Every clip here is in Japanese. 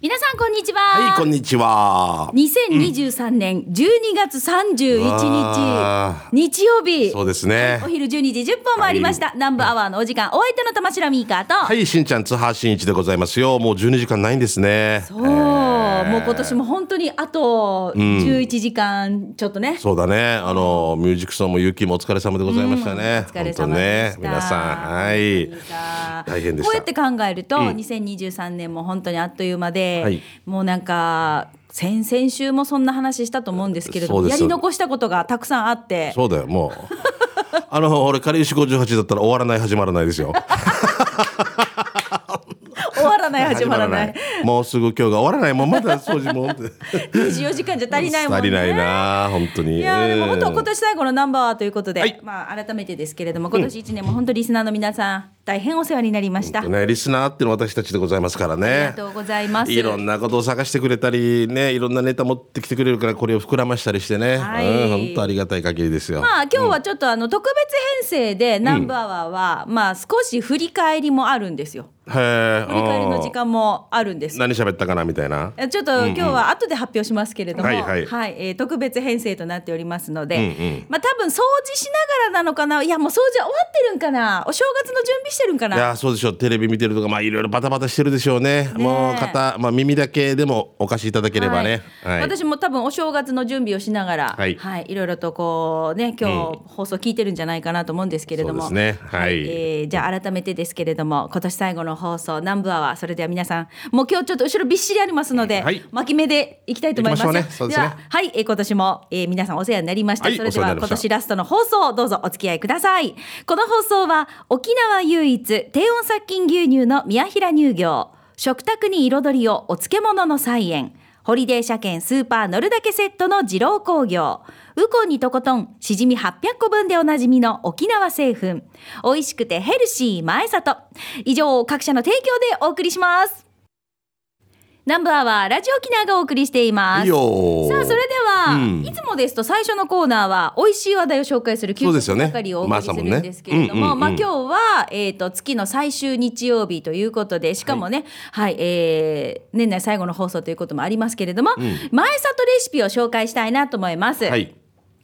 皆さんこんにちは。はい、こんにちは。 2023年12月31日わ、日曜日。そうですねお。昼12時10分もありました。南部アワーのお時間、お相手の玉城ミーカーと。はい、しんちゃん、津波しんいちでございますよ。もう12時間ないんですね。そう、もう今年も本当にあと11時間ちょっとね。そうだね。あの、ミュージックソンもユキもお疲れ様でございましたね。お疲れ本当様でねし、た。皆さん、はい。大変でしたこうやって考えると、2023年も本当にあっという間で、はいもうなんか先々週もそんな話したと思うんですけれどそうも、ですやり残したことがたくさんあって、そうだよ、もう。 あの、俺、かりゆし58だったら終わらない、始まらないです よ。終わら ない始まらない。もうすぐ今日が終わらない、もうまだ掃除もんって。 24時間じゃ足りないもんね。足りないな、本当に。いやーでも本当今うん年最後のナンバーワンということで、はいまあ改めてですけれども今年1年も本当リスナーの皆さん大変お世話になりました。あね、リスナーっていうのは私たちでございますからりがね。とうございます。いろんなことを探してくれたりねいろんなネタ持ってきてくれるからこれを膨らましたりしてね、はいうん本当ありがたい限りですよ、まあ今日はちょっとあの特別編成でナンバーワンは、まあ少し振り返りもあるんですよ。へえ振り返りの時間もあるんです。何喋ったかなみたいなえちょっと今日は後で発表しますけれども、はいはいえー特別編成となっておりますので、んうんまあ多分掃除しながらなのかな、いやもう掃除は終わってるんかな、お正月の準備してるんかいな。やそうでしょうテレビ見てるとかまあいろいろバタバタしてるでしょうねえもう肩、まあ、耳だけでもお貸しいただければね、はいはい私も多分お正月の準備をしながら、ははいいいろいろとこうね今日放送聞いてるんじゃないかなと思うんですけれども、そうですねはいえーじゃあ改めてですけれども今年最後の放送南部アワーそれでは皆さんもう今日ちょっと後ろびっしりありますので、はい巻き目でいきたいと思いますよ行きましょうねでそうですねははい、えー今年も、えー皆さんお世話になりました、はいそれでお世は話になり今ました年ラストの放送どうぞお付き合いくださいこの放送は沖縄唯一低温殺菌牛乳の宮平乳業食卓に彩りをお漬物の菜園ホリデー車検スーパー乗るだけセットの二郎工業ウコンにとことんしじみ800個分でおなじみの沖縄製粉美味しくてヘルシー前里以上各社の提供でお送りしますナンバーはラジオ沖縄がお送りしていますいいよさあそれでは、うんいつもですと最初のコーナーは美味しい話題を紹介する給そうです食よね係をお送りするんですけれどまも、あ朝もねうんうんうんまあ今日はえっ、と月の最終日曜日ということで、しかもね、はい、えー年内最後の放送ということもありますけれども、前里レシピを紹介したいなと思います。はい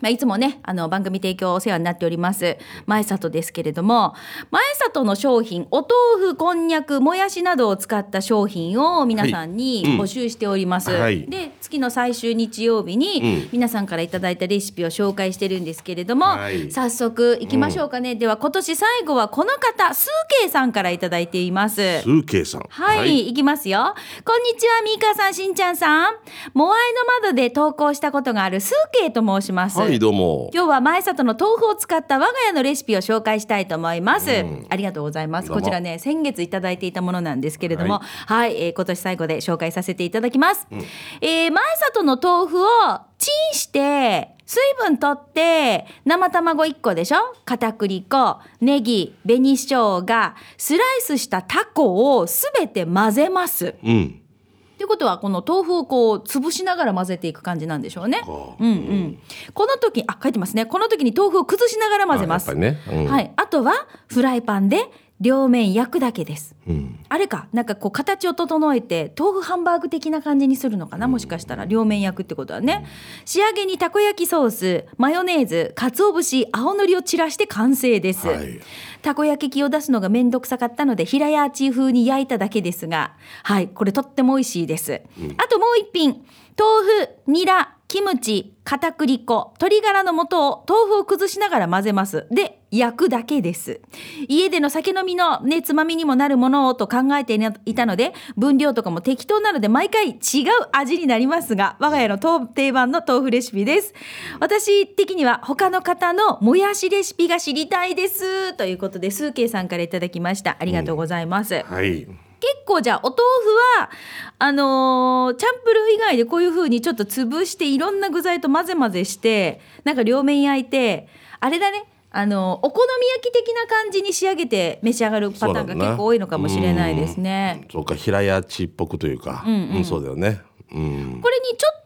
まあ、いつもね、あの、番組提供お世話になっております、前里ですけれども、前里の商品、お豆腐、こんにゃく、もやしなどを使った商品を皆さんに募集しております。はいで、月の最終日曜日に、皆さんからいただいたレシピを紹介してるんですけれども、はい早速行きましょうかね。では、今年最後はこの方、スーケイさんからいただいています。スーケイさんはい、い、きますよ。こんにちは、ミーカーさん、しんちゃんさん。モアイの窓で投稿したことがあるスーケイと申します。はいどうも今日は前里の豆腐を使った我が家のレシピを紹介したいと思います。ありがとうございます。どうこもちらね、先月いただいていたものなんですけれども、はい、えー今年最後で紹介させていただきます。えー前里の豆腐をチンして、水分取って、生卵1個でしょ片栗粉、ネギ、紅生姜、スライスしたタコをすべて混ぜます。うんということはこの豆腐をこう潰しながら混ぜていく感じなんでしょうね。うんうん。この時あ書いてますね。この時に豆腐を崩しながら混ぜます。あやっぱりねうんはい。あとはフライパンで両面焼くだけです。うんあれかなんかこう形を整えて豆腐ハンバーグ的な感じにするのかなもしかしたら両面焼くってことはね仕上げにたこ焼きソースマヨネーズ鰹節青のりを散らして完成です、はいたこ焼き器を出すのが面倒くさかったので平屋アーチー風に焼いただけですがはいこれとっても美味しいです、あともう一品豆腐ニラキムチ片栗粉鶏ガラの素を豆腐を崩しながら混ぜますで焼くだけです家での酒飲みの、ね、つまみにもなるものをと考えていたので分量とかも適当なので毎回違う味になりますが我が家のと定番の豆腐レシピです私的には他の方のもやしレシピが知りたいですということでスーケイさんからいただきましたありがとうございます、はい結構じゃあお豆腐はあのーチャンプルー以外でこういう風にちょっと潰していろんな具材と混ぜ混ぜしてなんか両面焼いてあれだねあのーお好み焼き的な感じに仕上げて召し上がるパターンが結構多いのかもしれないですね。そうか平屋地っぽくというかうん、そうだよねうんこれにちょっ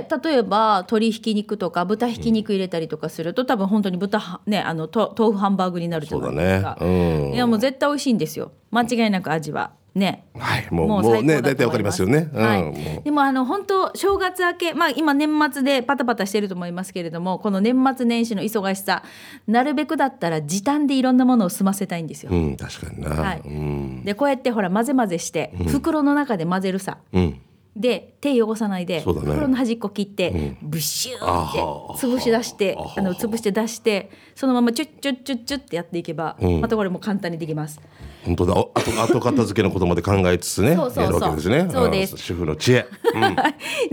とだけ例えば鶏ひき肉とか豚ひき肉入れたりとかすると、多分本当に豚はねあのと豆腐ハンバーグになるじゃそなうだいですねか。うんいやもう絶対美味しいんですよ間違いなく味は。ねはい、もうももうう最高ねだと大体わ思かいりまますすよね。うんはいもでもあの本当正月明け、まあ、今年末でパタパタしてると思いますけれどもこの年末年始の忙しさなるべくだったら時短でいろんなものを済ませたいんですよ。ううん確かにな。はいうんでこうやってほら混ぜ混ぜして袋の中で混ぜるさ、うんで手汚さないで、そうだね袋の端っこ切って、ブシューってあは潰し出してあはあの潰して出してそのままチュッチュッチュッチュッってやっていけば、うんまたこれも簡単にできます。本当だおあと 後片付けのことまで考えつつねそうそうそうやるわけですね。そうですん主婦の知恵。う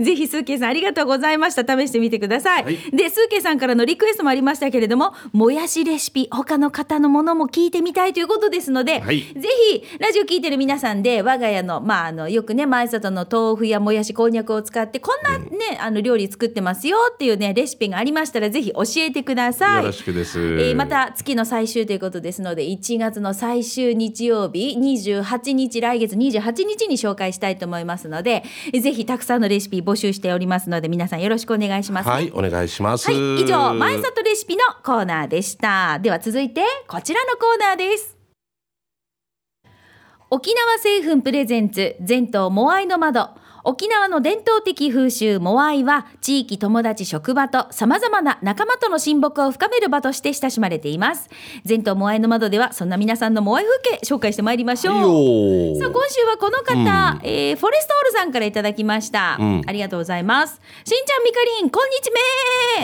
んぜひスーケイさんありがとうございました試してみてください、はいでスーケイさんからのリクエストもありましたけれどももやしレシピ他の方のものも聞いてみたいということですので、はいぜひラジオ聞いてる皆さんで我が家の,、まあ、あのよくね前里の豆腐やもやしこんにゃくを使ってこんなね、あの料理作ってますよっていうねレシピがありましたらぜひ教えてくださいよろしくですえーまた月の最終ということですので1月の最終日曜日28日来月28日に紹介したいと思いますのでえーぜひたくさんのレシピ募集しておりますので皆さんよろしくお願いします、はいお願いします。はい以上前里レシピのコーナーでしたでは続いてこちらのコーナーです沖縄製粉プレゼンツ全島モアイの窓沖縄の伝統的風習モアイは地域友達職場と様々な仲間との親睦を深める場として親しまれています全島モアイの窓ではそんな皆さんのモアイ風景紹介してまいりましょう、はいよさあ今週はこの方、えーフォレストオールさんからいただきました、んありがとうございますしんちゃんみかりんこんにち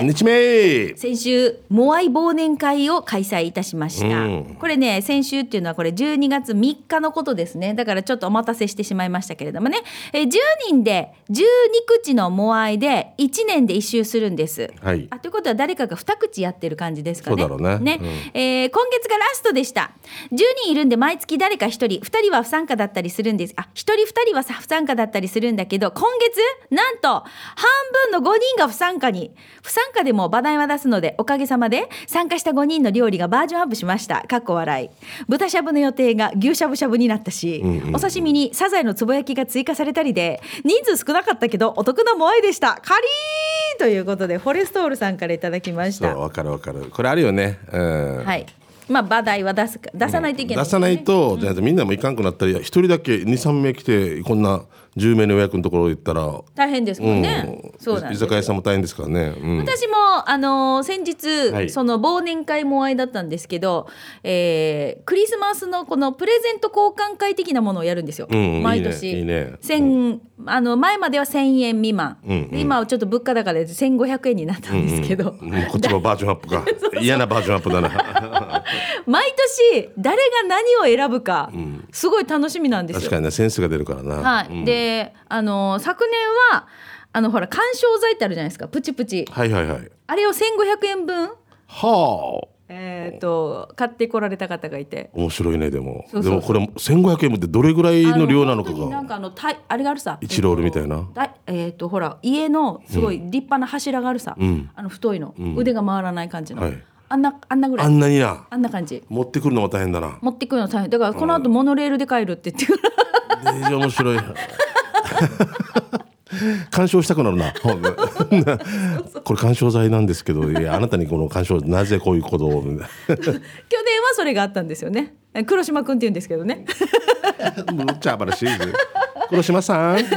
め日名先週モアイ忘年会を開催いたしました、うんこれね先週っていうのはこれ12月3日のことですねだからちょっとお待たせしてしまいましたけれどもねえー10人で12口のモアイで1年で1周するんですはいあということは誰かが2口やってる感じですかね。そうだろうねうんえー今月がラストでした。10人いるんで毎月誰か1人、2人は不参加だったりするんです。あ、1人2人はさ不参加だったりするんだけど、今月、なんと、半分の5人が不参加に。不参加でも話題は出すので、おかげさまで、参加した5人の料理がバージョンアップしました。かっこ笑い。豚しゃぶの予定が牛しゃぶしゃぶになったし、お刺身にサザエのつぼ焼きが追加されたりで、人数少なかったけど、お得なモアイでした。カリーンということで、フォレストールさんからいただきましそたう。わかるわかるこれあるよね。うん。はい。まあ、話題は出すか、出さないといけない、出さない。と、じゃあみんなも行かんくなったり一人だけ23名来てこんな10名の予約のところ行ったら、大変ですもんね。うんそうなん居です酒。屋さんも大変ですからね、うん、私も、あのー先日、はいその忘年会もあいだったんですけど、えークリスマスのこのプレゼント交換会的なものをやるんですよ、うんうん毎年いいねいいね千あの前までは1000円未満、うんうんで今はちょっと物価高で1500円になったんですけど、うんこっちもバージョンアップか嫌なバージョンアップだな 毎年誰が何を選ぶか、すごい楽しみなんですよ確かにねセンスが出るからな、はい、うんであの昨年はあのほら緩衝材ってあるじゃないですかプチプチはいはいはいあれを1500円分、はあえー、と買ってこられた方がいて面白いねでもそうそうでもこれ1500円分ってどれぐらいの量なのかあ本当になんかがあのたいあれがあるさ一ロールみたいなだいえー、とほら家のすごい立派な柱があるさ、んあの太いの、腕が回らない感じの、はいあんなあんなぐらいああんんなになな感じ持ってくるのも大変だな持ってくるの大変だからこの後モノレールで帰るって言ってくるデージ面白い 干渉したくなるなこれ干渉剤なんですけどいやあなたにこの干渉なぜこういうこと を去年はそれがあったんですよねえ黒島君って言うんですけどねむっちゃ話しいぜ黒島さん、うん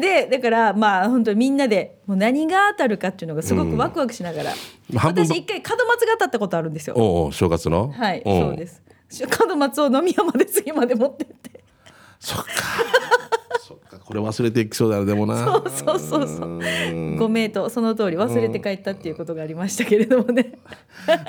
でだからまあ本当にみんなでもう何が当たるかっていうのがすごくワクワクしながら、ん半分私一回門松が当たったことあるんですよおうおう正月のはいおそうですし門松を飲み屋まで次まで持ってってそっかそっかこれ忘れていきそうだなでもなそうそうそうそうご名答その通り忘れて帰ったっていうことがありましたけれどもね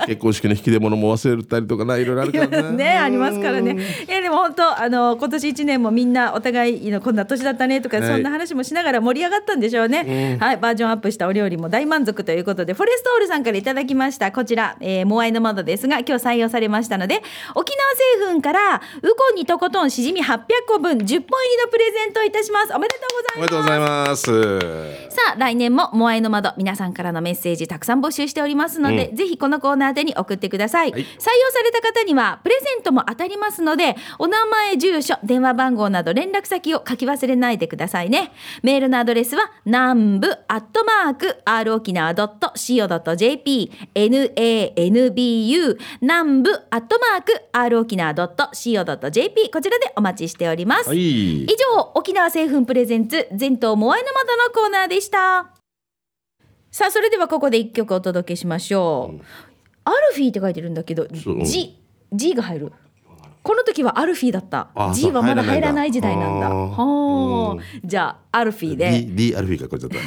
結婚式の引き出物も忘れたりとかないろいろあるから なねありますからねいやでも本当あの今年一年もみんなお互いのこんな年だったねとか、はいそんな話もしながら盛り上がったんでしょうね、はいバージョンアップしたお料理も大満足ということでフォレストオールさんからいただきましたこちら、えー、モアイの窓ですが今日採用されましたので沖縄製粉からウコンにとことんしじみ800個分10本入りのプレゼントをいたしますおめでとうございますおめでとうございますさあ来年もモアイの窓皆さんからのメッセージたくさん募集しておりますので、ぜひこのコーナー宛てに送ってください、はい採用された方にはプレゼントも当たりますのでお名前住所電話番号など連絡先を書き忘れないでくださいねメールのアドレスは南部アットマーク r 沖縄 .co.jp nanbu 南部アットマーク r 沖縄 .co.jp こちらでお待ちしております、い以上沖縄製粉プレゼンツ全島モアイの窓のコーナーでしたさあそれではここで一曲お届けしましょう、アルフィーって書いてるんだけどそうジジが入るこの時はアルフィーだったあジはまだそ入う入ららなないいんだ時代なんだあーほうじゃあアルフィーで D, D アルフィーかこれちゃった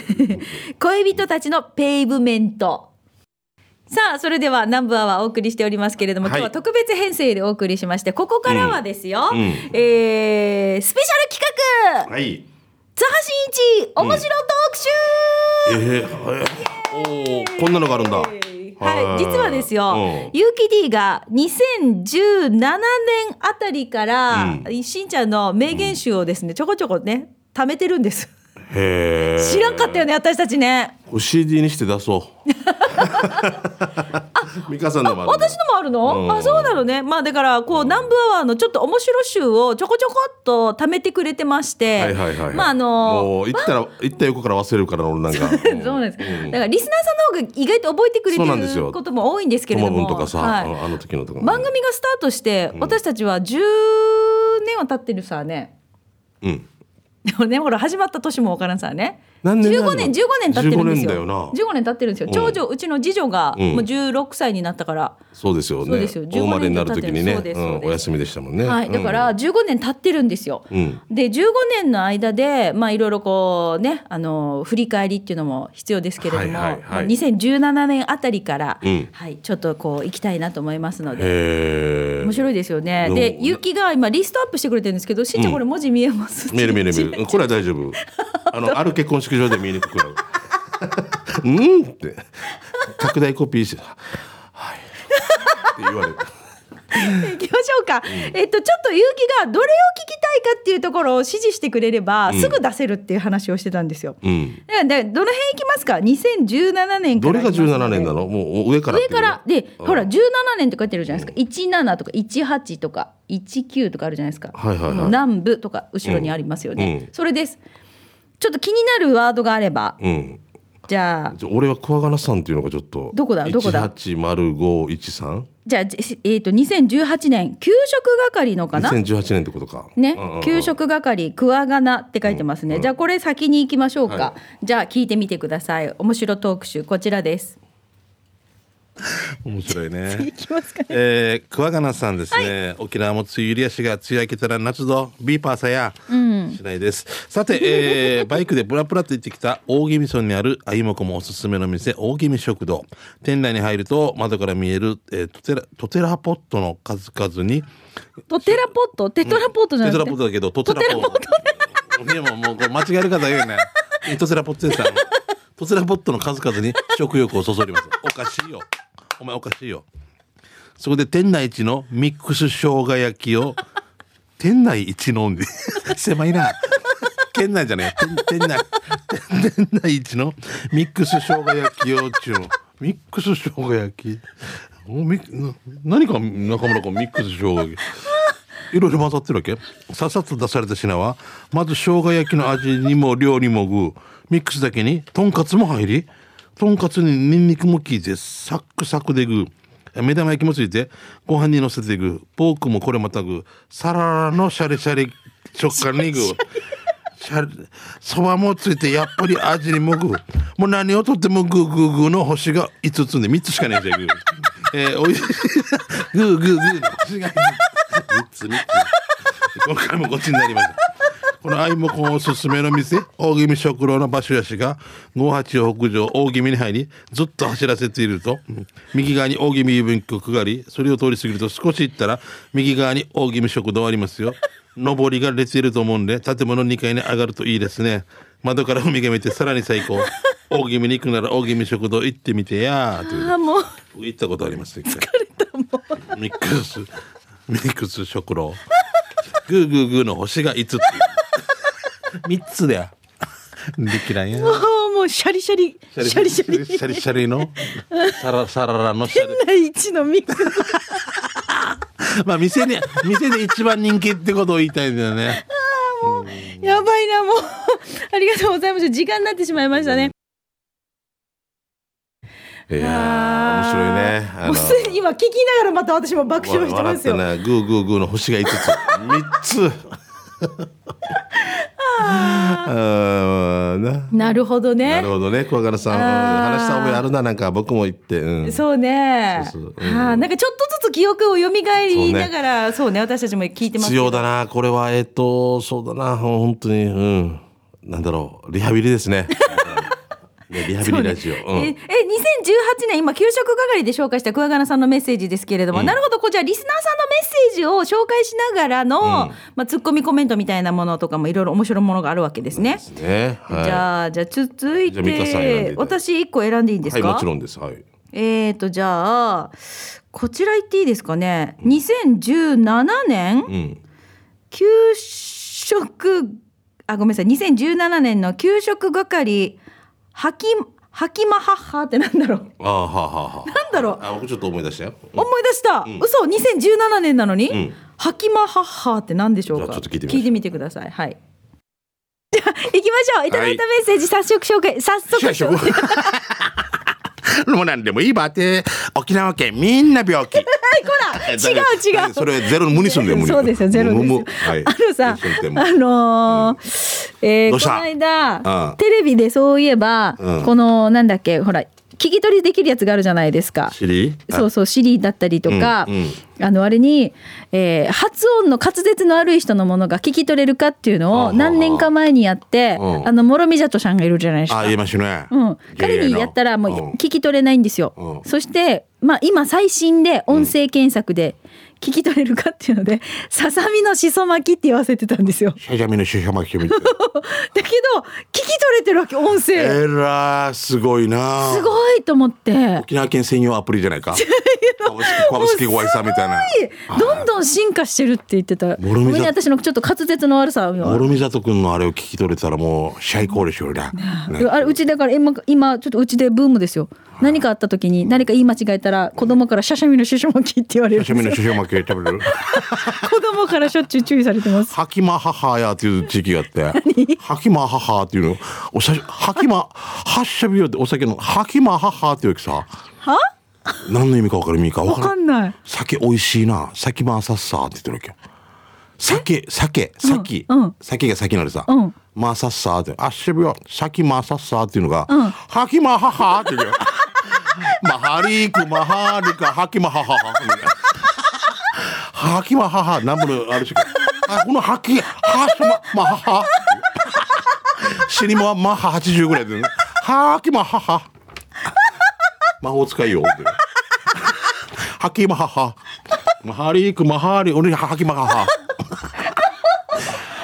恋人たちのペイブメントさあそれでは南部アワーお送りしておりますけれども、はい今日は特別編成でお送りしましてここからはですよ、うんうんえースペシャル企画、 はい津波真一面白トーク集、えー、はいおーこんなのがあるんだはい、実はですよ、うんゆうき D が2017年あたりから、うしんちゃんの名言集をですね、ちょこちょこね、貯めてるんです。へー知らんかったよね、私たちね。これ CD にして出 そう。美香さんのもあるんだ私のもあるの、うんあそうなのねまあだからこう、南部アワーのちょっと面白集をちょこちょこっと貯めてくれてまして、はいはいはいはい。まああのもう行ったら行った横から忘れるから俺なん か。そうなんです、んだからリスナーさんの方が意外と覚えてくれてそうなんでするよことも多いんですけれトどマブンもとかさ、はいあのあの時のとか。番組がスタートして、私たちは10年は経ってるさね うん。でもねほら始まった年もわからんさね何年15年15年経ってるんですよ15年だよな15年経ってるんですよ、うん長女うちの次女がうんもう16歳になったから、そうですよね。そうですよ15大まれになる時にね、そうですうそうですんお休みでしたもんね。はい、だから15年経ってるんですよ、うんで15年の間でまあいろいろこうねあの振り返りっていうのも必要ですけれども、はいはいはい2017年あたりから、うんはい、ちょっとこう行きたいなと思いますのうん。でへえ。面白いですよね。どうで、ゆきが今リストアップしてくれてるんですけど、しんちゃんこれ文字見えます。見える見える見える。これは大丈夫。あのある結婚式場で見にくくなる。 うんって拡大コピーして、はい。って言われた。行きましょうか。えっと、ちょっとゆうきがどれを聞きたいかっていうところを指示してくれれば、すぐ出せるっていう話をしてたんですよ。うん。だからで、どの辺行きますか。2017年かどられが行きますので。 17年なのもう上からっ上ていうかのらで、うんほら17年って書いてあるじゃないですか、17とか18とか19とかあるじゃないですか、はいはいはい南部とか後ろにありますよね、うんそれですちょっと気になるワードがあればうんじゃあじゃあ俺はクワガナさんっていうのがちょっとどこだどこだ180513じゃあ、じえっ、と、2018年、給食係のかな。 2018年ってことかねうんうんうん、給食係クワガナって書いてますね。じゃあ、これ先に行きましょうか。はじゃあ、聞いてみてください。面白トーク集、こちらです。面白いねきますか。えー、クワガナさんですね、沖縄も梅雨入りやしが梅雨明けたら夏ぞビーパーさや、しないですさて、 えーバイクでブラブラと行ってきた大宜味村にあるあいもこもおすすめの店大宜味食堂店内に入ると窓から見える、えートテラトテラポットの数々にトテラポット、テトラポットじゃテなトくて。ラポットだけど、トテラポット。いやもう、もう、これ間違える方いるよね。トテラポットでさ、トテラポットの数々に食欲をそそります。おかしいよ。お前おかしいよ。そこで店内一のミックス生姜焼きを、店内一の、 狭いな。県内じゃねえ。店店内、店内一のミックス生姜焼きを注文。ミックス生姜焼き。おみな何か中村君ミックス生姜焼き。いろいろ混ざってるわけさっさと出された品はまず生姜焼きの味にも量にも具ミックスだけにとんかつも入りとんかつにニンニクも効いてサックサクで具目玉焼きもついてご飯にのせて具ポークもこれまた具サララのシャリシャリ食感に具シャリそばもついてやっぱり味にもぐもう何をとってもグーグーグーの星が5つで3つしかねえじゃんグー、えー、おいしいグーグーグーの星が5つ3つ今回もごちになりましたこのあいもこんおすすめの店大宜味食堂の場所やしが58北上大宜味に入りずっと走らせているとうん右側に大宜味郵便局がありそれを通り過ぎると少し行ったら右側に大宜味食堂ありますよ上りが出ていると思うんで建物2階に上がるといいですね窓から海が見えてさらに最高大宜味に行くなら大宜味食堂行ってみてやーというあー、もう。 僕行ったことあります疲れたもんミックスミックス食堂グーグーグーの星が5つ3つだよできないやあーももうシャリシャリシャリシャリシャリシャリのサラサララのシャリ変な位置のミックまあ店に店で一番人気ってことを言いたいんだよねやばいなもうありがとうございました時間になってしまいましたねいやー面白いねあものうすでに今聞きながらまた私も爆笑してますよわ笑ったなグーグーグーの星が5つ3つ あーななるほどなねるほどね小柄さんうんあー話した覚えあるななんか僕も言って、うん、そうねそうそううんはあなんかちょっとずつ記憶を蘇りながらそうね私たちも聞いてます必けど要だなこれはえっ、とそうだなほん本当にうんなんだろうリハビ リですねねリハビリラジオ、うんええ2018年今給食係で紹介した桑原さんのメッセージですけれども、なるほどこうじゃあリスナーさんのメッセージを紹介しながらの、まあ、ツッコミコメントみたいなものとかもいろいろ面白いものがあるわけですね。ですねはいじゃあじゃあ続いじゃあミカさん選んでいただいてて私一個選んでいいんですか、はいもちろんですはいえーとじゃあこちら言っていいですかね2017年うん給食あごめんなさい2017年の給食係はきはきまはっはってなんだろうあーはあはあはあなんだろうあ僕ちょっと思い出したよ、うん思い出した、嘘2017年なのに、んはきまはっはって何でしょうじかゃあちょっと聞いてみましょう聞いてみてくださいはい じゃあ行きましょういただいたメッセージ早速紹介早速社食もう何でもいいばって沖縄県みんな病気 違う違うそれゼロの無にすんだよ無にそうですよゼロですよ無無はいあのさ、無にすん だあよのーえーどこうしたの間、うんテレビでそういえば、うんこのなんだっけほら聞き取りできるやつがあるじゃないですか。シリそうそうシリだったりとか、うんうんあのあれに、えー発音の滑舌の悪い人のものが聞き取れるかっていうのをあ何年か前にやって、うんあの諸見里さんがいるじゃないです か。あ言いましたねうん、彼にやったらもう聞き取れないんですよ、うんそして、まあ、今最新で音声検索で聞き取れるかっていうので「ささみのしそ巻き」って言わせてたんですよシャジャミのシャマキみたいなだけど聞き取れてるわけ音声、えらーすごいなすごいと思って沖縄県専用アプリじゃな いかカブスキカブスキゴイさんみたいなどんどん進化してるって言ってた諸見里ごめんね私のちょっと滑舌の悪さは諸見里君のあれを聞き取れたらもう最高でしょ うねねあれうちだから今今ちょっとうちでブームですよ何かあった時に何か言い間違えたら子供から「しゃしゃみのしそ巻き」って言われるシャミのシャマキ 食べれる子供からしょっちゅう注意されてますハキマハハヤっていう時期があって、ハキマハハっていうの、おさハキマ、ハッシャビオってお酒の、ハキマハハっていうわけさ、は何の意味か分かる意味か分わからかん。んない酒美味しいな、酒マーサッサーって言ってるわけよ。酒、酒、酒、うん酒が先なるさ、うんマーサッサーって、アッシャビオ、酒マーサッサーっていうのが、うんハキマハハって言うよ。 マハリーク、マハリカ、ハキマハハハ。ハキマハハ、南部のあるしか。あ、このハキ、ハシマ、マハハ。シリモはマッハ80ぐらいで、ね、ハキマハハ。魔法使いよ。ってハキマハハ。マハリーク、マハリ、俺にハキマハハ。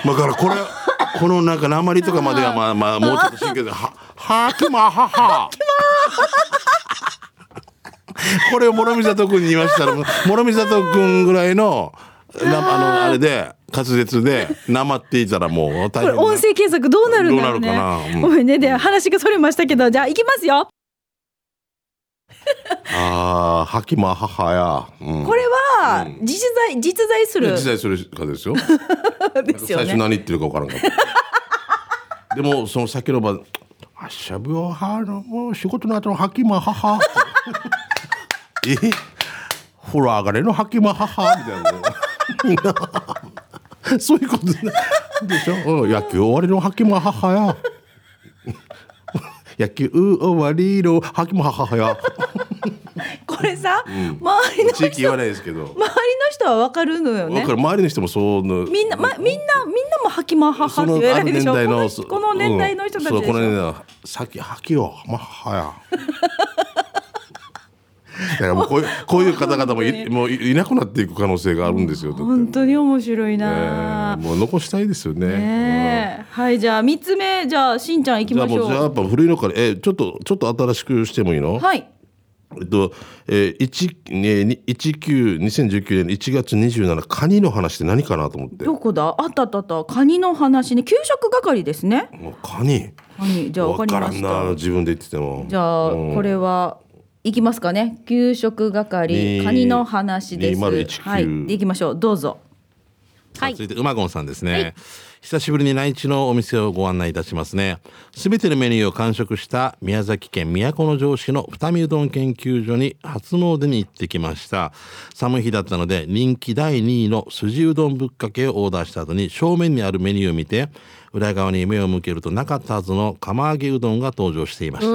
だからこれ、このなんか鉛とかまでは まあまあもうちょっと真剣で、は、ハキマハハ。これを諸見里君に言わしたらもう諸見里君ぐらいのなあのあれで滑舌でなまっていたらもう大これ変音声検索どうなるんだろうねどうなるかなうんごめんねで話がそれましたけどじゃあ行きますよああはきまははや、うん、これは実在実在する実在する方ですよですよ最初ね何言ってるか分からんかった でもその先の場あしゃぶをはのもう仕事の後のはきまはは え風呂上がれのはきまははみたいな そういうことなでしょ、うん、野球終わりのはきまははや 野球終わりのはきまは はやこれさ、周りの地域言わないですけど周りの人はわかるのよだねから周りの人もそうのみんな、ま、みんなみんなもハキマハハそっての言あえるるで年しょこのこの代の年代の人たちうんでしょ、そうこの年代の先はき よまあはやだからもうこういうこういう方々も本当いもういなくなっていく可能性があるんですよだって本当に面白いえなー、もう残したいですよねねえはいじゃあ三つ目じゃあしんちゃん行うきんじゃあましもうじゃあょやうっぱ古いのからえちょっとちょっと新しくしてもいいの、はいえっとえー、1 19 2019年1月27日カニの話って何かなと思ってどこだあったあったあったカニの話ね給食係ですねもうカニ何じゃあわかわりからまんしなた自分で言っててもじゃあうんこれはいきますかね給食係にカニの話です2019はいでいきましょうどうぞはい続いて馬ゴンさんですね、久しぶりに内地のお店をご案内いたしますねすべてのメニューを完食した宮崎県都城市の二見うどん研究所に初詣に行ってきました寒い日だったので人気第2位の筋うどんぶっかけをオーダーした後に正面にあるメニューを見て裏側に目を向けるとなかったはずの釜揚げうどんが登場していました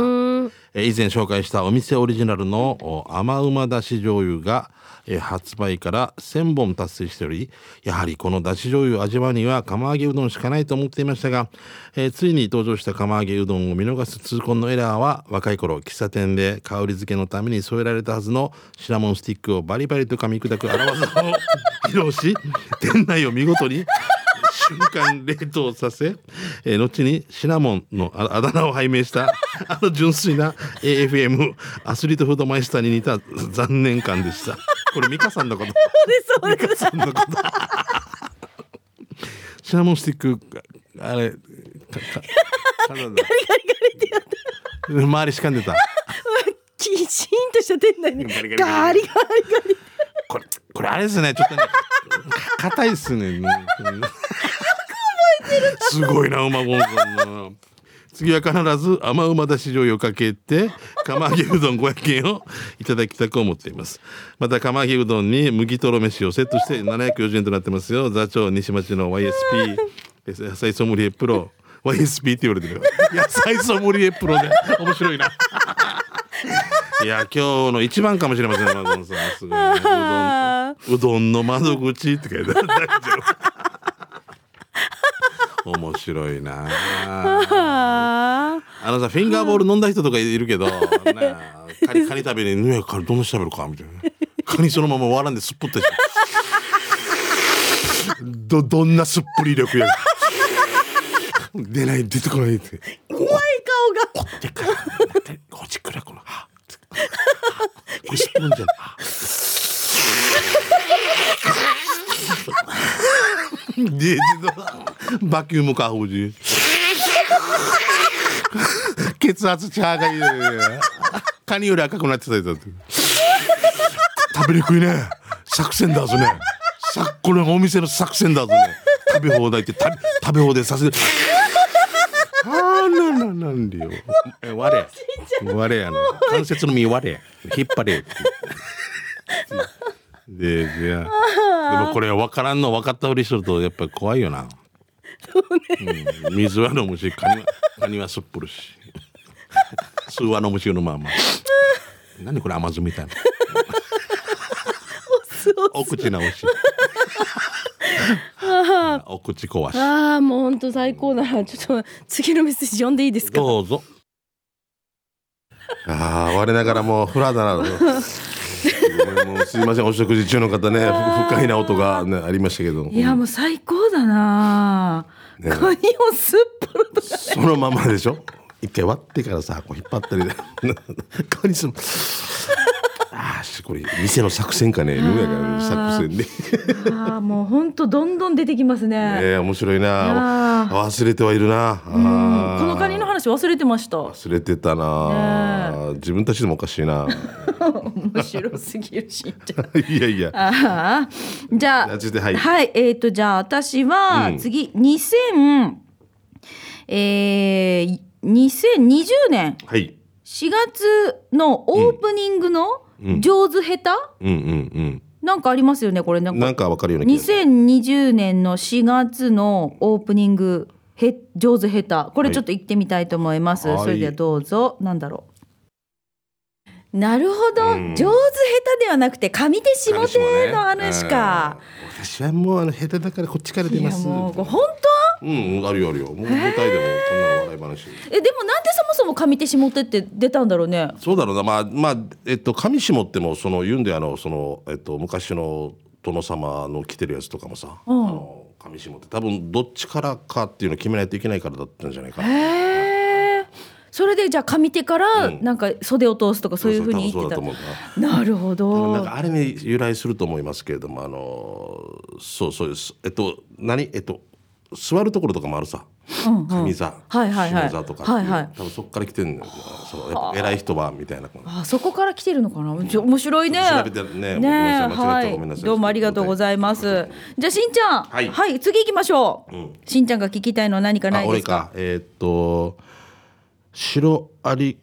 えー以前紹介したお店オリジナルのお甘うまだし醤油がえー発売から1000本達成しておりやはりこのだし醤油味わいには釜揚げうどんしかないと思っていましたが、えーついに登場した釜揚げうどんを見逃す痛恨のエラーは若い頃喫茶店で香り付けのために添えられたはずのシナモンスティックをバリバリと噛み砕く荒技を披露し店内を見事に瞬間冷凍させ、えー後にシナモンのああだ名を拝命したあの純粋な AFM アスリートフードマイスターに似た残念感でしたこれ美香さんのことそうですそ んなことシナモンスティックあれかかガリガリガリってやった周りしかんでたキシーンとした店内にガリガリガリこれこれあれですねちょっとねか硬いですねもううんすごいな馬ゴンさんな次は必ず甘うまだし醤油をかけて釜揚げうどん500円をいただきたく思っていますまた釜揚げうどんに麦とろ飯をセットして740円となってますよ座長西町の YSP です野菜ソムリエプロ YSP って言われてる野菜ソムリエプロで面白いないや今日の一番かもしれませんマゴンさんすごいねうどんうどんの窓口って書いてある大丈夫面白いなああのさフィンガーボール飲んだ人とかいるけど、ねえ、カニカニ食べに「ねえカニどんな人食べるか?」みたいなカニそのまま割らんですっぽったしどどんなすっぷり力や出ない出てこないって怖い顔がでっかい待ってこっちくらこの歯これスプーンじゃないあでバキュームかほじ血圧値がいいねカニより赤くなってたやつだって食べにくいね作戦だぞねさこれお店の作戦だぞね食べ放題って食べ食べ放題させるあーなななんでよ。え我。我やな。関節の身我。引っ張れ。で、じゃあ。でもこれ分からんの分かったふりするとやっぱり怖いよな。うん、水は飲むし、カニは、カニはすっぽるし。酢は飲むしのまんま。何これ甘酢みたいな。お口直し。 お口壊し。ああもう本当最高だなちょっと次のメッセージ読んでいいですかどうぞ。ああ我ながらもうフラだなもうすいませんお食事中の方ね不不快な音が、ね、ありましたけどいやもう最高だな、ねカニをすっぽるとかそのままでしょ一回割ってからさこう引っ張ったりで カニスのああしこれ店の作戦かねルーやから作戦であーもうほんとどんどん出てきますね、ええ面白いやなー忘れてはいるなこうんこのカニの話忘れてました忘れてたな、自分たちでもおかしいな 面白すぎるしんちゃんいやいやああじゃああちょっとはいえっ、とじゃあ私はうん次2000、えー2020年はい4月のオープニングの上手下手、うんうんなんかありますよねこれなうんんなかんかわかるような気がする2020年の4月のオープニングへ上手下手これちょっと行ってみたいと思います、はいそれではどうぞなんだろうなるほど、うん上手下手ではなくて上手下手の話か、うん私はもうあの下手だからこっちから出いまやすもうこれ本うんうんあるよあるよもう舞台でもこんな笑い話当えでもなんでそもそも上手下手って出たんだろうねそうだろうなまあまあえっと上下ってもその言うんであのそのえっと昔の殿様の着てるやつとかもさ、うんあの上下って多分どっちからかっていうのを決めないといけないからだったんじゃないかなへえそれでじゃあ上手からうんなんか袖を通すとかそういうふうにそ言うっだてとた、思うんだなるほどなんかあれに由来すると思いますけれどもあのそうそうですえっと何えっと座るところとかもあるさうんうん上座、はいはいはい下座とかってうはいはい多分そこから来てんのよそのやっぱ偉い人はみたいなあそこから来てるのかなちょ面白いね調べてねごめんなさい間違ったらはごめんなさいどうもありがとうございますじゃあしんちゃんは、はいい次行きましょう、うんしんちゃんが聞きたいのは何かなあいで俺すかかえーっと白アリ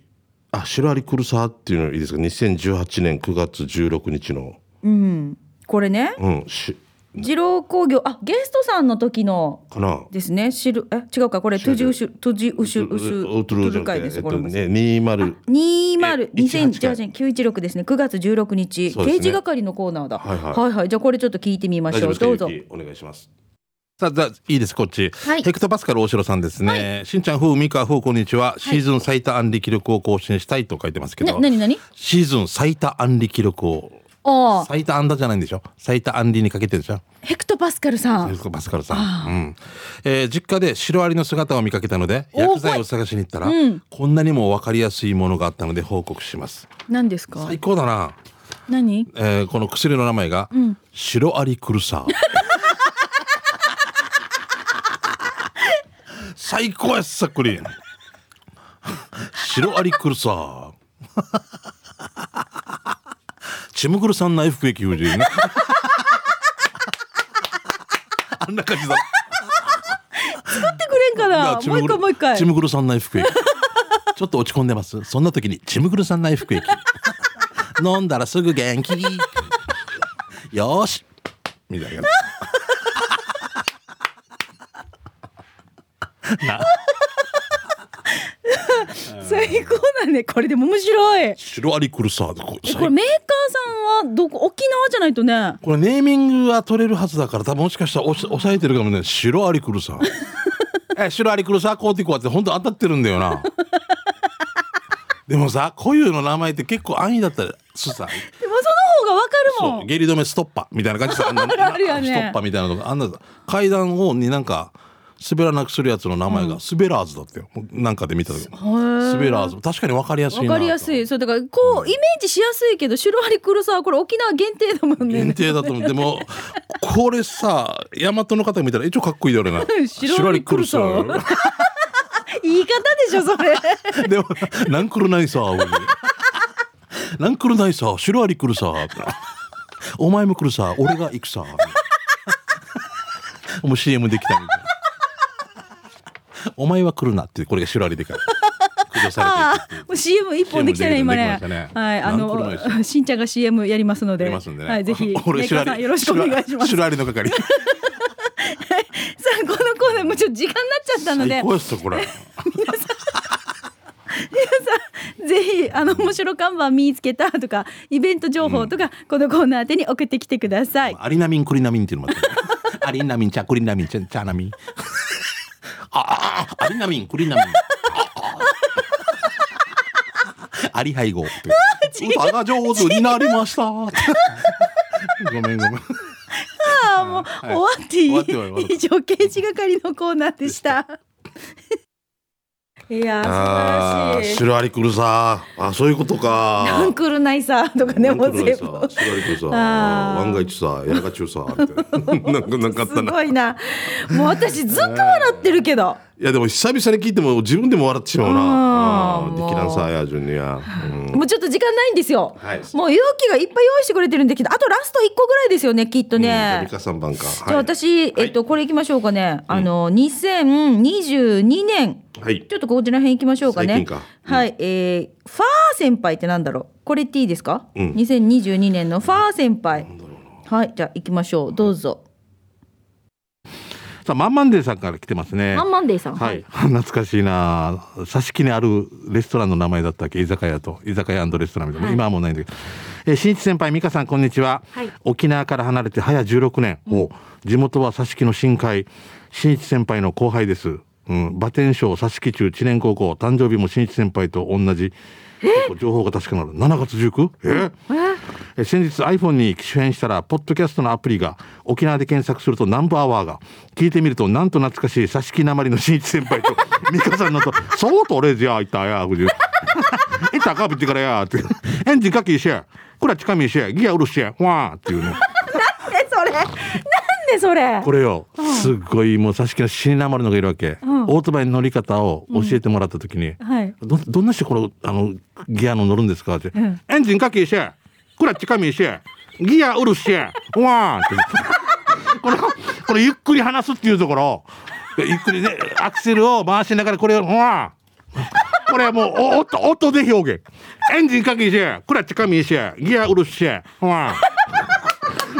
あ白アリクルサーっていうのいいですか2018年9月16日のうんこれねうんし二郎工業あゲストさんの時のかなですねしるえ違うかこれトゥジウシュトゥジウシュウシュトゥル会ですこれもね20 20 18 2018ですね9月16日、そうです刑ね事係のコーナーだはいはいじゃあこれちょっと聞いてみま大し丈ょう夫ですかどうぞゆきお願いしますさあ、じゃあいいです、こっち。はいヘクトパスカル大城さんですね。しんちゃん、ふう、みか、ふう、こんにちは。シーズン最多安利記録を更新したいと書いてますけなど、何何シーズン最多安利記録を、ああ最多安打じゃないんでしょ最多安利にかけてるじゃん。ヘクトパスカルさヘんクトパスカルさん。うん。えー実家でシロアリの姿を見かけたので、おー薬剤を探しに行ったら、こんなにも分かりやすいものがあったので報告します。何ですか最高だな。何えーこの薬の名前が、シロアリクルサー 最高やっさっくりシロアリクルサーチムクルさん内服液夫人 ねあんな感じだってくれんかななチもうム一グ回ルもう一回チムグルさん内服液ちょっと落ち込んでますそんな時にチムグルさん内服液飲んだらすぐ元気よーしみたいな最高だねこれでも面白いシロアリクルサードこえこれメーカーさんはどこ沖縄じゃないとねこれネーミングは取れるはずだから多分もしかしたら押し抑えてるかもねシロアリクルサーえシロアリクルサーコーティコアって本当当たってるんだよ なでもさこういうの名前って結構安易だったらすさでもその方がわかるもそうん下痢止めストッパーみたいな感じさあんなるあるよねストッパーみたいなのがあんな階段をになんか滑らなくするやつの名前がスベラーズだったよ、もうなんかで見た時スベラーズ確かに分かりやすいなわとかりやすいそうだからこうイメージしやすいけどシロアリクロサはこれ沖縄限定だもんね限定だ と思うでもこれさ大和の方見たら一応かっこいいだよな白 に来るさ白に来る言い方でしょそ れさでもなんくるないさなんくるないさシロアリ来るさお前も来るさ俺が行くさもう CM できたみたいなお前は来るなってこれがシロアリ でから駆除されていくっていうもう CM 一本できたね CM 今でねきましたねはいあなんくるないでのしんちゃんが CM やりますのでありますんでね、はいぜひ 俺メーカーさんよろしくお願いしますシさロアリ の係あこのコーナーもうちょっと時間になっちゃったので 最高ですよこれぜひあの面白看板見つけたとかイベント情報とか、このコーナー宛てに送ってきてください。アリナミンクリナミンっていうのもあったね アリナミンチャクリナミンチャチャナミンあああアリナミンクリナミンああアリ配合って歌が上手になりました ごめんごめんああもう、い終わっていい終わって終わる終わる以上刑事係のコーナーでした。いやー素晴あーらしい。シロアリクルサーあそういうことかランクルないさとかねなんもかう全部さシロアリクルサあーー万が一さやらかちゅうさ みたいななんかなんかあっすたなごいなもう私ずっと笑ってるけどいやでも久々に聞いても自分でも笑ってしまうな。ううんんできなんさやじゅんには。うんもうちょっと時間ないんですよ、はいもう勇気がいっぱい用意してくれてるんだけどあとラスト1個ぐらいですよねきっとね、ミカさん番か。じゃあはい。私、えっとこれいきましょうかね、あの2022年はいちょっとこちら辺行きましょうかね最近かうんはい、えーファー先輩ってなんだろうこれっていいですか、うん2022年のファー先輩はいじゃあ行きましょうどうぞさあマンマンデーさんから来てますねマンマンデーさんはい、懐かしいな挿し木にあるレストランの名前だったっけ居酒屋と居酒屋レストランみたいな、今はもうないんだけど、えー、新一先輩美香さんこんにちは、はい沖縄から離れて早16年、お地元は挿し木の深海新一先輩の後輩です、うん、馬天賞挿し木中知念高校誕生日も新一先輩と同じ結構情報が確かなる7月 19? えーえー先日 iPhone に機種変したらポッドキャストのアプリが沖縄で検索すると南部アワーが聞いてみるとなんと懐かしい挿し木なまりの新一先輩 と美香さんのと「そうと俺じゃあいったや」 ふじ「いったかぶってからや」って「エンジンかきいしやこら近みいしやギアうるしやわー」っていうねえそれなんでねそれこれよ、すっごいもうさしきの死になまるのがいるわけ、んオートバイの乗り方を教えてもらった時に、はいどどんな人このあのギアの乗るんですかって、んエンジンかけし、クラッチかみし、ギアうるし、ワーンって。 これ、これゆっくり話すっていうところ、ゆっくりねアクセルを回しながらこれを、ワーン。これはもうお音音で表現。エンジンかけし、クラッチかみし、ギアうるし、ワーン。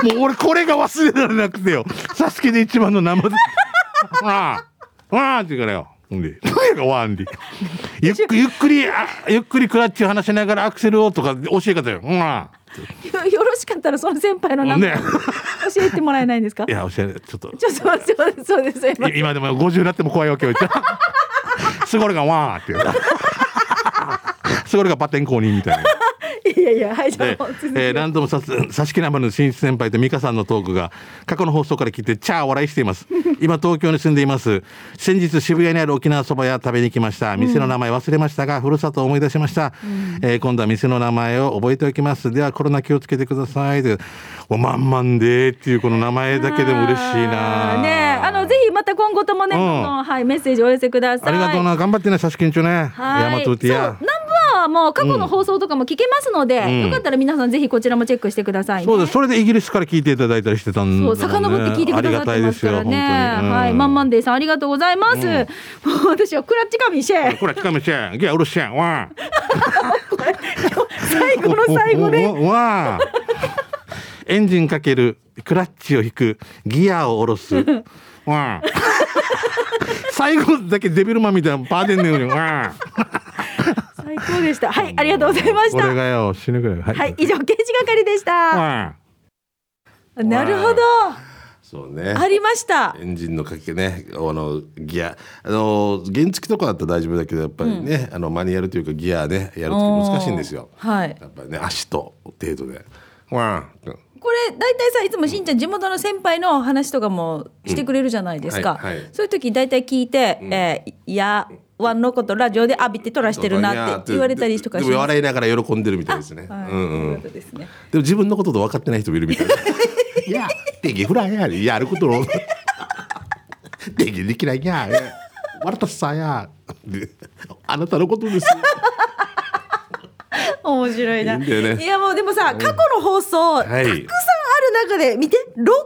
もう俺これが忘れられなくてよ。サスケで一番の 生で。ワーン。ワーンって言うからよ。んで、何がワーンで。ゆっくり、ゆっくり、あゆっくりクラッチを離しながらアクセルをとか教え方よ。ワーン。よ よろしかったらその先輩の名前ね教えてもらえないんですかいやおしゃれちょっとちょっとそうそうそうですすいませんい今でも50になっても怖いわけよ。 すごいがわーっていう。 すごいがバテン公認みたいな。いやいやはいじゃえあもう続きえー何度もささしきなまるの新一先輩と美香さんのトークが過去の放送から聞いてチャー笑いしています 今東京に住んでいます先日渋谷にある沖縄そば屋食べに来ました店の名前忘れましたが、ふるさとを思い出しました、えー今度は店の名前を覚えておきますではコロナ気をつけてくださいでおまんまんでーっていうこの名前だけでも嬉しいなあーねえあのぜひまた今後ともね、うんどんどんはいメッセージお寄せくださいありがとうな頑張ってねさしきんちょねヤはマいトそうーティア南部はもう過去の放送とかも聞けますので、んよかったら皆さんぜひこちらもチェックしてくださいね、そうですそれでイギリスから聞いていただいたりしてたんだそもんうね遡って聞いてくださっありてがたいでますすかよら本当に、ね。うんはい、まんまんでいさんありがとうございます。もう私はクラッチ神シェこれ、近道やん。ギャうるしやん。わー。最後の最後でおおおわあエンジンかけるクラッチを引くギアを下ろすわー。最後だけデビルマンみたいなバーデンのようにわあ最高でした。はい、ありがとうございましこれた。がよ死ぬぐらいはい、はい、以上刑事係でした。わなるほど、そうねありました。エンジンのかけねあのギアあの原付とかだったら大丈夫だけどやっぱりね、あのマニュアルというかギアねやるとき難しいんですよはい。やっぱりね足と程度でー。わー。これ大体さいつもしんちゃん地元の先輩の話とかもしてくれるじゃないですか、うんはいはいそういう時大体聞いて「えーいやワンのことラジオで浴びて撮らしてるな」って言われたりとかでしもます笑いながら喜んでるみたいですね、はいうんうというんことですねでも自分のことと分かってない人もいるみたいな。いや、できふらやり、やることの。できできないや。わらたさや。であなたのことです。面白いないいんだよねいやもうでもさ過去の放送、はいたくさんある中で見て6本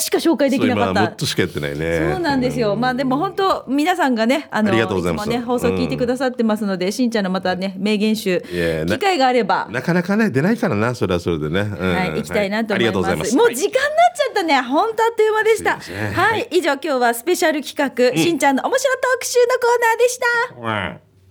しか紹介でそうきなか今っもたっとしかやってないね。そうなんですよ。まあでも本当皆さんがね、あのありがとうございますつもね放送聞いてくださってますので、しんちゃんのまたね名言集いやな機会があれば。なかなかね、出ないからな、それはそれでね。うんはい、行きたいなと思います。はありがとうございます。もう時間になっちゃったね。本当あっという間でした。すいませんはい、以上今日はスペシャル企画、しんちゃんの面白特集のコーナーでした。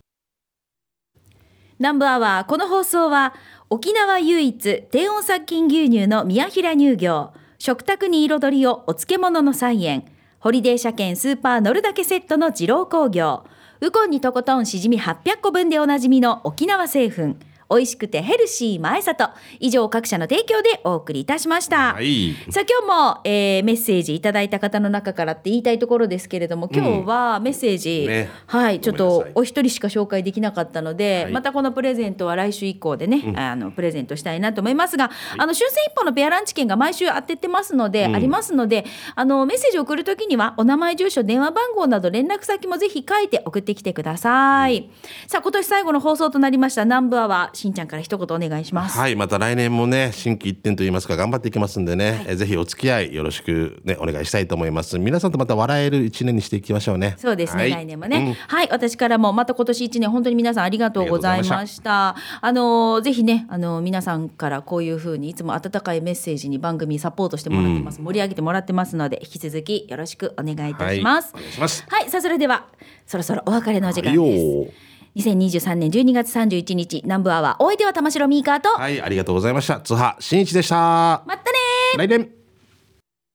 南部アワーこの放送は沖縄唯一低温殺菌牛乳の宮平乳業食卓に彩りをお漬物の菜園ホリデー車検スーパー乗るだけセットの二郎工業ウコンにとことんしじみ800個分でおなじみの沖縄製粉美味しくてヘルシー前里以上各社の提供でお送りいたしました、はい。さあ今日も、えーメッセージいただいた方の中からって言いたいところですけれども今日はメッセージ、ねはいちょっごめんとなさいお一人しか紹介できなかったので、はいまたこのプレゼントは来週以降でね、あのプレゼントしたいなと思いますが、あの終戦一本のペアランチ券が毎週当ててますので、ありますのであのメッセージを送るときにはお名前住所電話番号など連絡先もぜひ書いて送ってきてください、さあ今年最後の放送となりました南部アワーしんちゃんから一言お願いしますはい、また来年もね、新規一点といいますか、頑張っていきますんでね、えぜひお付き合いよろしくね、お願いしたいと思います。皆さんとまた笑える一年にしていきましょうね。そうですね、はい来年もね、はい、私からもまた今年一年本当に皆さんありがとうございました。あのーぜひね、あのー皆さんからこういう風にいつも温かいメッセージに番組サポートしてもらってます、盛り上げてもらってますので引き続きよろしくお願いいたします。はいお願いしますはい、さあそれではそろそろお別れの時間はいよです。ー2023年12月31日南部アワーお相手は玉城ミーカーと、はい、ありがとうございました。津波真一でした。またねー。来年。